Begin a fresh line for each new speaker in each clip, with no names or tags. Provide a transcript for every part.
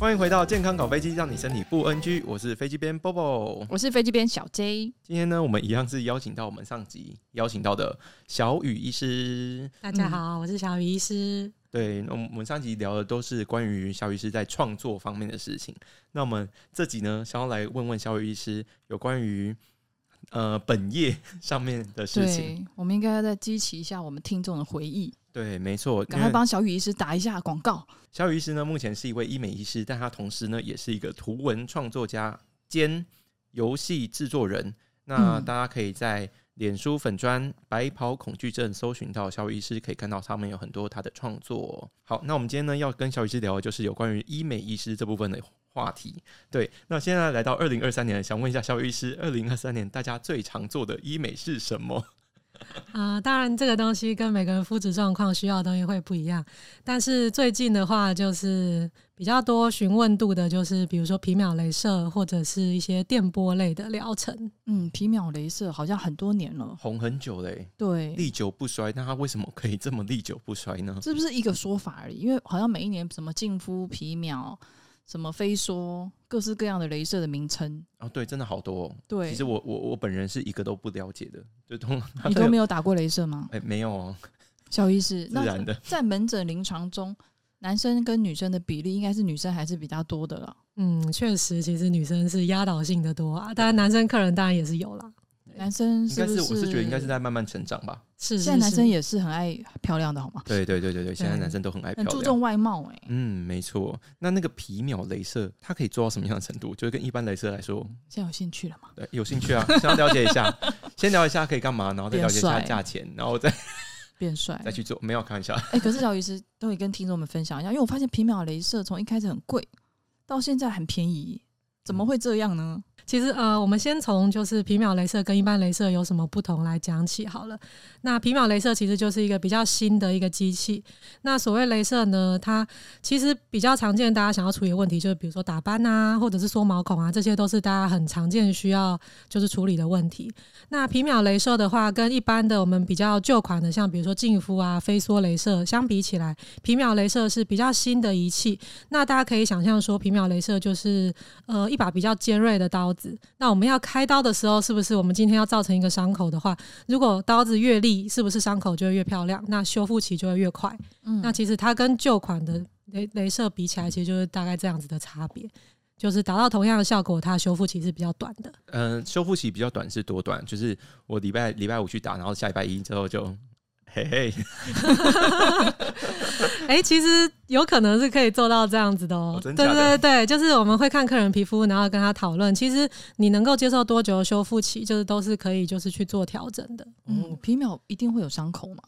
欢迎回到健康搞飞机，让你身体不 NG。我是飞机边 Bobo。
我是飞机边小 J，
今天呢，我们一样是邀请到我们上集邀请到的小雨医师。
大家
嗯
好，我是小雨医师。
对，那我们上集聊的都是关于小雨医师在创作方面的事情。那我们这集呢，想要来问问小雨医师有关于呃本业上面的事情。
对，我们应该要再激起一下我们听众的回忆，
对，没错，
赶
因
快
为
帮小雨医师打一下广告。
小雨医师呢，目前是一位医美医师，但他同时呢，也是一个图文创作家兼游戏制作人。那
嗯
大家可以在脸书粉砖“白袍恐惧症”搜寻到小雨医师，可以看到上面有很多他的创作哦、好，那我们今天呢，要跟小雨医师聊的就是有关于医美医师这部分的话题。对，那现在来到二零二三年，想问一下小雨医师，二零二三年大家最常做的医美是什么？
啊、当然这个东西跟每个人肤质状况需要的东西会不一样，但是最近的话就是比较多询问度的，就是比如说皮秒镭射或者是一些电波类的疗程。
嗯，皮秒镭射好像很多年了，
红很久嘞，
对，
历久不衰。那他为什么可以这么历久不衰呢？
这不是一个说法而已，因为好像每一年什么净肤皮秒、什么飞梭，各式各样的镭射的名称，
哦，对，真的好多、哦。
对
其实我我我本人是一个都不了解的，就 通常
你都没
有
有打过镭射吗？
哎、没有哦，
小医师，
自
那
然的。
在门诊临床中，男生跟女生的比例应该是女生还是比较多的了，
嗯，确实，其实女生是压倒性的多啊，当然男生客人当然也是有啦。
男生
应该
是
是
不
我是觉得应该是在慢慢成长吧。
是是
现在男生
是
也是很爱漂亮的好吗？
对对对对对，现在
对
男生都很爱漂
很注
亮。
重外貌哎、
嗯，没错。那那个皮秒镭射，它可以做到什么样的程度？就是跟一般镭射来说，
现在有兴趣了吗？
对，有兴趣啊，想要了解一下， 先了解一下可以干嘛，然后再了解一下
变帅
价钱，然后再
变帅
再去做。没有开玩笑，
哎、可是小雨师都会跟听众们分享一下，因为我发现皮秒镭射从一开始很贵，到现在很便宜，怎
嗯
么会这样呢？
其实呃，我们先从就是皮秒镭射跟一般镭射有什么不同来讲起好了。那皮秒镭射其实就是一个比较新的一个机器。那所谓镭射呢，它其实比较常见，大家想要处理的问题就是比如说打斑啊，或者是缩毛孔啊，这些都是大家很常见需要就是处理的问题。那皮秒镭射的话，跟一般的我们比较旧款的，像比如说净肤啊、飞梭镭射相比起来，皮秒镭射是比较新的仪器。那大家可以想象说，皮秒镭射就是呃一把比较尖锐的刀子。那我们要开刀的时候，是不是我们今天要造成一个伤口的话，如果刀子越利，是不是伤口就会越漂亮？那修复期就会越快。
嗯，
那其实它跟旧款的镭镭射比起来，其实就是大概这样子的差别，就是达到同样的效果，它修复期是比较短的。
嗯、修复期比较短是多短？就是我礼拜礼拜五去打，然后下礼拜一之后就，嘿嘿，
哎、其实有可能是可以做到这样子的哦。
哦真
对
假
对
的
对对，就是我们会看客人皮肤，然后跟他讨论，其实你能够接受多久的修复期，就是都是可以就是去做调整的。
哦
嗯，皮秒一定会有伤口嘛？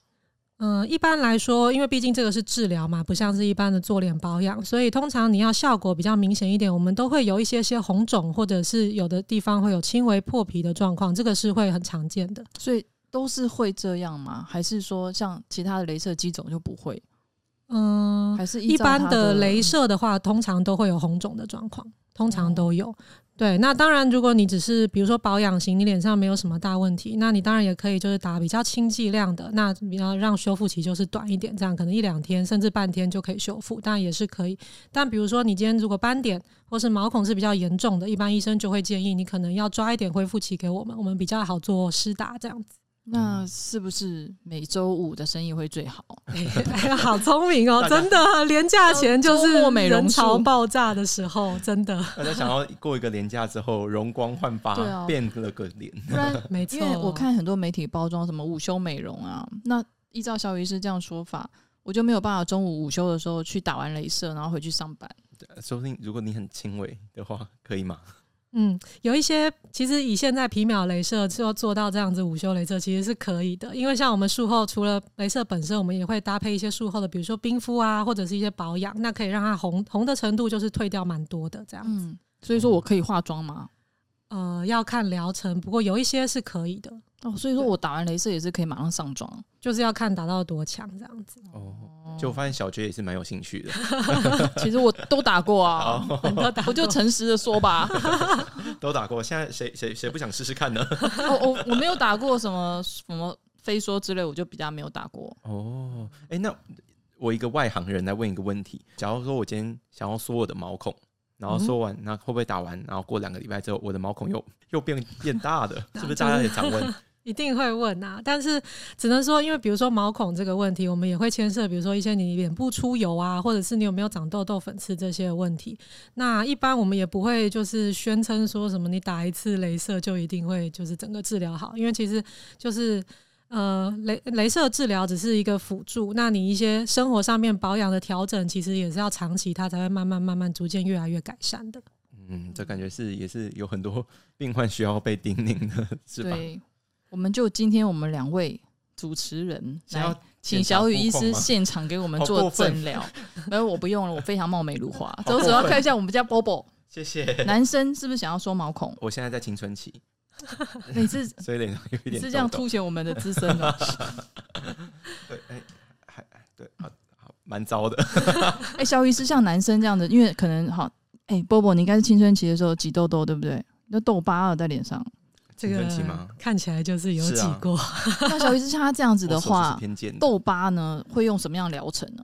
嗯，一般来说，因为毕竟这个是治疗嘛，不像是一般的做脸保养，所以通常你要效果比较明显一点，我们都会有一些些红肿，或者是有的地方会有轻微破皮的状况，这个是会很常见的。
所以都是会这样吗？还是说像其他的镭射机种就不会？
嗯，
还是依
一
照它
般
的
的镭射的话，通常都会有红肿的状况，通常都有。
哦
对，那当然，如果你只是比如说保养型，你脸上没有什么大问题，那你当然也可以就是打比较轻剂量的，那比较让修复期就是短一点，这样可能一两天甚至半天就可以修复，当然也是可以。但比如说你今天如果斑点或是毛孔是比较严重的，一般医生就会建议你可能要抓一点恢复期给我们，我们比较好做施打这样 子。
那是不是每周五的生意会 最好？
哎呀，好聪明哦
大！家
真的，廉价前就是
周末美容
人潮
术
爆炸的时候，真的
大家想要过一个年假之后容光焕发，
对啊
变了个脸。
不然
没
因
错。
为我看很多媒体包装什么午休美容啊，那依照小雨医师这样说法，我就没有办法中午午休的时候去打完镭射，然后回去上班。
说不定如果你很轻微的话，可以吗？
嗯，有一些其实以现在皮秒镭射就要做到这样子午休镭射，其实是可以的。因为像我们术后除了镭射本身，我们也会搭配一些术后的，比如说冰敷啊，或者是一些保养，那可以让它红红的程度就是退掉蛮多的这样子。
嗯，所以说我可以化妆吗？
呃，要看疗程，不过有一些是可以的，
哦，所以说我打完镭射也是可以马上上妆。
就是要看达到多强这样子。
哦，就我发现小杰也是蛮有兴趣的。
其实我都打过啊，
好，
我就诚实的说吧，
都打过，现在谁谁谁不想试试看 呢？
我哦我我没有打过什么什么飞梭之类，我就比较没有打过。
哦，哎，那我一个外行人来问一个问题：，假如说我今天想要缩我的毛孔，然
嗯
后缩完，那会不会打完？然后过两个礼拜之后，我的毛孔又 又变变大 的，是不是大家也常问？
一定会问啊，但是只能说，因为比如说毛孔这个问题，我们也会牵涉，比如说一些你脸部出油啊，或者是你有没有长痘痘、粉刺这些问题。那一般我们也不会就是宣称说什么你打一次镭射就一定会就是整个治疗好，因为其实就是呃镭镭射治疗只是一个辅助，那你一些生活上面保养的调整，其实也是要长期它才会慢慢慢慢逐渐越来越改善的。
嗯，这感觉是也是有很多病患需要被叮咛的，是吧？
对，我们就今天我们两位主持人
想要
来，请
检查
小雨医
肤况
师
吗
现场给我们
好
做
过分
诊疗。没有，我不用了，我非常貌美如花。
过
我只要看一下我 们家 Bobo
谢谢。
男生是不是想要缩毛孔？
我现在在青春期，
每次
所以脸上 有一
你
点
呃是这样
痘痘
凸显我们的 资深哦。
对，哎、还还对，好，好，蛮糟的。
哎、肖医师像男生这样的，因为可能好，哎、波波，你应该是青春期的时候挤痘痘，对不对？那痘疤了在脸 上。
这个
青春期吗？
看起来就是有
是
几
啊
过，
那肖医师像他这样子的
我说这
话
是，偏见的。
痘疤呢会用什么样的疗程呢？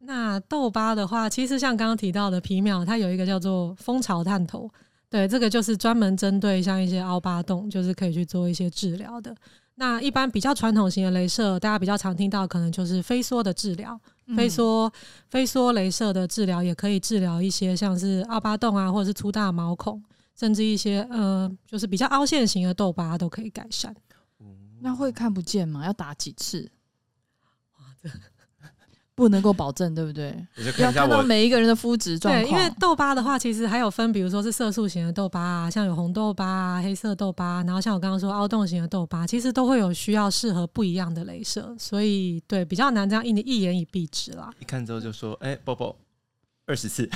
那痘疤的话，其实像刚刚提到的皮秒，它有一个叫做蜂巢探头，对，这个就是专门针对像一些凹疤洞，就是可以去做一些治疗的。那一般比较传统型的镭射，大家比较常听到，可能就是飞梭的治疗，
嗯
嗯
飞梭飞梭镭射的治疗也可以治疗一些像是凹疤洞啊，或者是粗大毛孔，甚至一些呃，就是比较凹陷型的痘疤都可以改善。
那会看不见吗？要打几次
这？
不能够保证，对不对？
我就看
要
一下
看到
我，
每一个人的肤质状
对，因
况。
为痘疤的话，其实还有分，比如说是色素型的痘疤啊，像有红痘疤啊、黑色痘疤，然后像我刚刚说凹洞型的痘疤，其实都会有需要适合不一样的镭射，所以对比较难这样一一言以蔽之啦。
一看之后就说，哎、b o b o 二十次，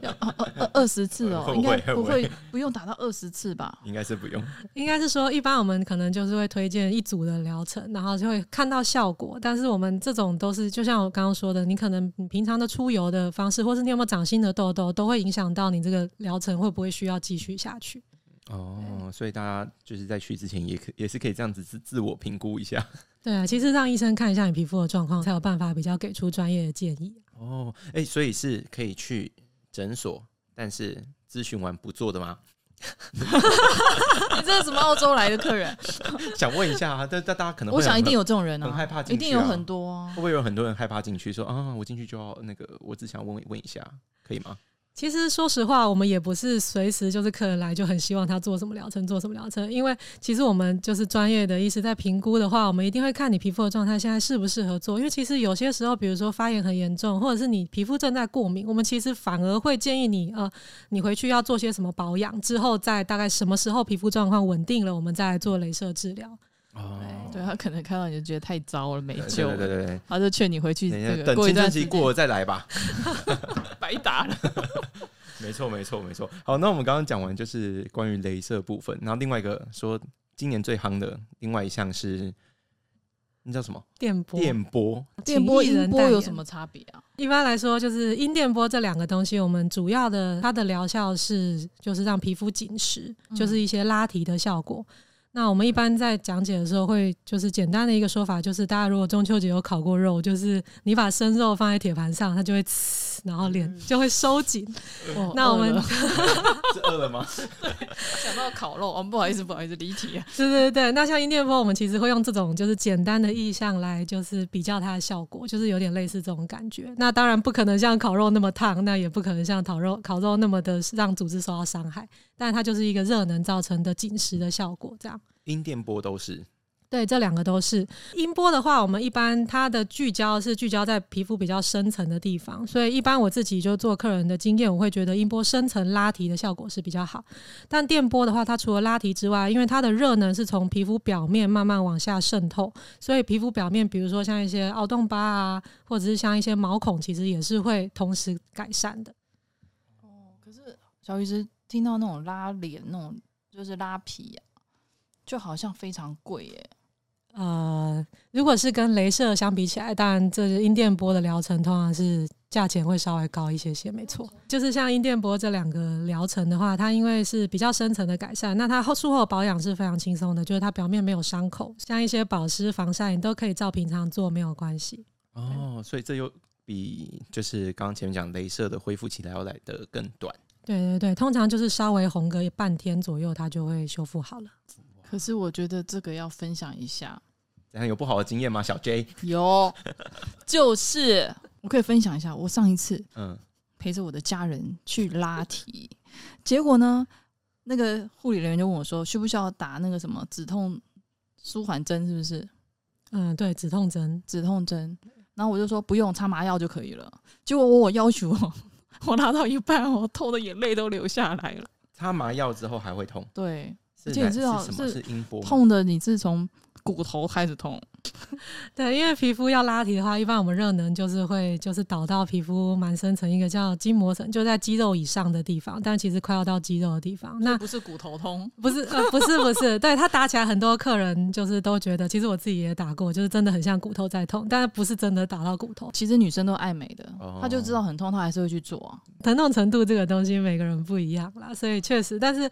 要二二二呃二十次哦，
会
应
不会
该
会
不
不会
会不用打到二十次吧？
应该是不用。
应该是说，一般我们可能就是会推荐一组的疗程，然后就会看到效果。但是我们这种都是，就像我刚刚说的，你可能你平常的出油的方式，或是你有没有长新的痘痘，都会影响到你这个疗程会不会需要继续下去。
哦，所以大家就是在去之前也可也是可以这样子自自我评估一下。
对啊，其实让医生看一下你皮肤的状况，才有办法比较给出专业的建议。啊
哦，哎、所以是可以去诊所，但是咨询完不做的吗？
你这是什么澳洲来的客人？
想问一下啊，但但大家可能会
我想
很
一定有这种人啊，
很害怕进去啊
一定有很多啊、
会不会有很多人害怕进去说啊，我进去就要那个，我只想问问一下，可以吗？
其实说实话，我们也不是随时就是客人来就很希望他做什么疗程做什么疗程，因为其实我们就是专业的医师在评估的话，我们一定会看你皮肤的状态现在适不适合做。因为其实有些时候，比如说发炎很严重，或者是你皮肤正在过敏，我们其实反而会建议你呃，你回去要做些什么保养，之后在大概什么时候皮肤状况稳定了，我们再来做镭射治疗。
哦
对他可能看到你就觉得太糟了，没
对
救
对
了，
对对
他就劝你回去
对，
这
人家
个
等
过一
青春
段
期
时间
过了再来吧。
白打了。
没错，没错，没错。好，那我们刚刚讲完就是关于镭射部分，然后另外一个说今年最夯的另外一项是那叫什么
电波，啊
电波？
电波、
请艺人
音波
代言
有什么差别啊？
一般来说，就是阴电波这两个东西，我们主要的它的疗效是，就是让皮肤紧实，
嗯
就是一些拉提的效果。那我们一般在讲解的时候，会就是简单的一个说法，就是大家如果中秋节有烤过肉，就是你把生肉放在铁盘上，它就会呲，然后脸就会收紧。
哦
那我们
饿了
是饿了吗？
想到烤肉，哦，不好意思，不好意思，离题 啊。
对对对，那像阴电波，我们其实会用这种就是简单的意象来，就是比较它的效果，就是有点类似这种感觉。那当然不可能像烤肉那么烫，那也不可能像烤肉烤肉那么的让组织受到伤害，但它就是一个热能造成的紧实的效果，这样。
阴电波都是
对，这两个都是音波的话，我们一般它的聚焦是聚焦在皮肤比较深层的地方，所以一般我自己就做客人的经验，我会觉得音波深层拉提的效果是比较好。但电波的话，它除了拉提之外，因为它的热能是从皮肤表面慢慢往下渗透，所以皮肤表面，比如说像一些凹洞疤啊，或者是像一些毛孔，其实也是会同时改善的。
可是小雨师听到那种拉脸、那种就是拉皮啊，就好像非常贵耶、
呃，如果是跟镭射相比起来，当然这是音电波的疗程通常是价钱会稍微高一些些，没错。就是像音电波这两个疗程的话，它因为是比较深层的改善，那它后术后保养是非常轻松的，就是它表面没有伤口，像一些保湿、防晒你都可以照平常做，没有关系。
哦，所以这又比就是刚刚前面讲镭射的恢复期来要来的更短。
对对对，通常就是稍微红个半天左右，它就会修复好了。
可是我觉得这个要分享一下，
怎样有不好的经验吗？小 J，
有，就是我可以分享一下，我上一次
嗯，
陪着我的家人去拉提，结果呢，那个护理人员就问我说，需不需要打那个什么止痛舒缓针？是不是
嗯，对，止痛针。
止痛针？然后我就说不用，擦麻药就可以了。结果我我要求我，我拉到一半，我痛的眼泪都流下来了。擦
擦麻药之后还会痛，
对，
是
而且
哪
你知道
是什么？
是
是音波吗，
痛的你是从骨头开始痛，
对，因为皮肤要拉提的话，一般我们热能就是会就是导到皮肤蛮深层一个叫筋膜层，就在肌肉以上的地方，但其实快要到肌肉的地方。那
不是骨头痛。
不是，呃，不是，不是，对他打起来，很多客人就是都觉得，其实我自己也打过，就是真的很像骨头在痛，但是不是真的打到骨头，
其实女生都爱美的，
哦
她就知道很痛，她还是会去做啊。
疼痛程度这个东西每个人不一样啦，所以确实，但是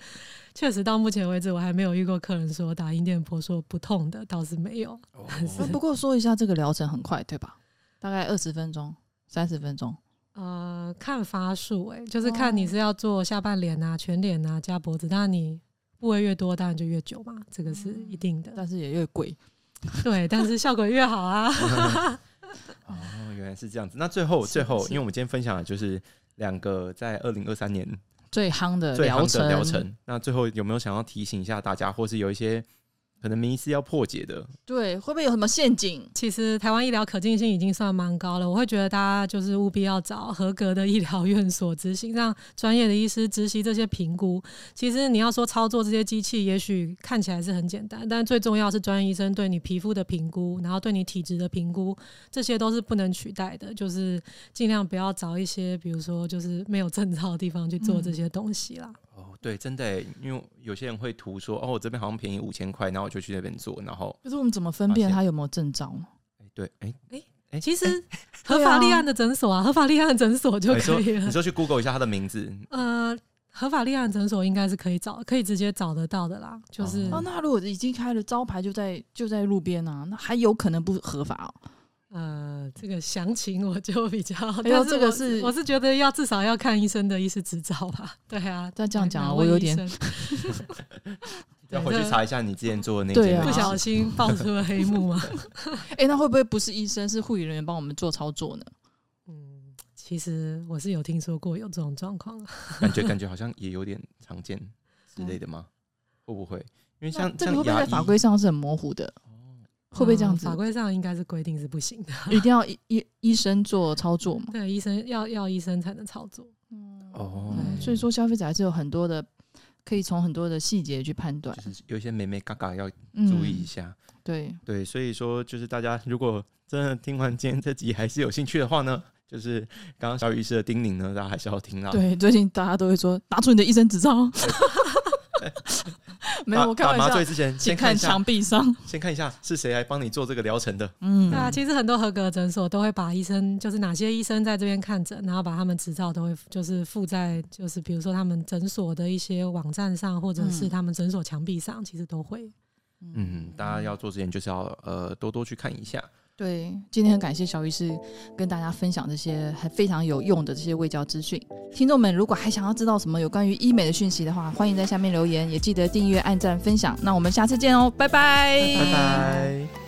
确实到目前为止，我还没有遇过客人说打阴电波说不痛的，倒是没有。
哦
那不过说一下这个疗程很快，对吧？大概二十分钟、三十分钟。
呃，看发数，哎，就是看你是要做下半脸啊、全脸啊、加脖子，当然你部位越多，当然就越久嘛，这个是一定的。
但是也越贵。
对，但是效果越好啊。
哦，原来是这样子。那最后
是
最后，
是
因为我们今天分享的就是两个在二零二三年
最夯的
最
疗
夯的
程，
疗程，那最后有没有想要提醒一下大家，或是有一些可能迷思要破解的？
对，会不会有什么陷阱？
其实台湾医疗可进性已经算蛮高了，我会觉得大家就是务必要找合格的医疗院所执行，让专业的医师执行这些评估。其实你要说操作这些机器，也许看起来是很简单，但最重要是专业医生对你皮肤的评估，然后对你体质的评估，这些都是不能取代的。就是尽量不要找一些，比如说就是没有证照的地方去做这些东西啦。
哦，对，真的耶，因为有些人会图说，哦，我这边好像便宜五千块，然后我就去那边做，然后，
可是我们怎么分辨
发现
他有没有症状？
哎，对，哎，哎
其实
对啊
合法立案的诊所啊，合法立案的诊所就
哎你说
可以了
你。说去 Google 一下他的名字，
呃，合法立案诊所应该是可以找，可以直接找得到的啦。就是、
哦，那如果已经开了招牌，就在就在路边啊，那还有可能不合法哦。
呃，这个详情我就比较，
哎呦
哦但
这个
我
是
我是觉得要至少要看医生的医师执照吧。对啊，
再这样讲啊
哪
我
位
有
医
点
生
要回去查一下你之前做的那
对
件
啊
不
事
小心爆出了黑幕 啊嘛。
哎、那会不会不是医生，是护理人员帮我们做操作呢？
嗯，其实我是有听说过有这种状况，啊
感觉感觉好像也有点常见之类的吗？会不会？因为像
那这个
像
会不会
牙
在
医
法规上是很模糊的？会不会这样子
嗯法？规上应该是规定是不行的，
一定要医医医生做操作嘛？
对，医生要要医生才能操作。
哦，
嗯，所以说消费者还是有很多的，可以从很多的细节去判断，
就是有一些美眉嘎嘎要
嗯
注意一下。
对，
对，所以说就是大家如果真的听完今天这集还是有兴趣的话呢，就是刚刚小雨医师的叮咛呢，大家还是要听啦。
对，最近大家都会说拿出你的医生执 照。没
打
有，我开玩
打麻
笑
醉。之前
请
先看
看
一下
墙，壁上。
先看一下是谁来帮你做这个疗程的。
嗯
对啊，其实很多合格的诊所都会把医生，就是哪些医生在这边看诊，然后把他们执照都会就是附在，就是比如说他们诊所的一些网站上，或者是
嗯
他们诊所墙壁上，其实都会。
嗯，大家要做之前就是要呃多多去看一下。
对，今天很感谢小医师跟大家分享这些还非常有用的这些卫教资讯。听众们如果还想要知道什么有关于医美的讯息的话，欢迎在下面留言，也记得订阅、按赞、分享。那我们下次见哦，拜拜
拜拜。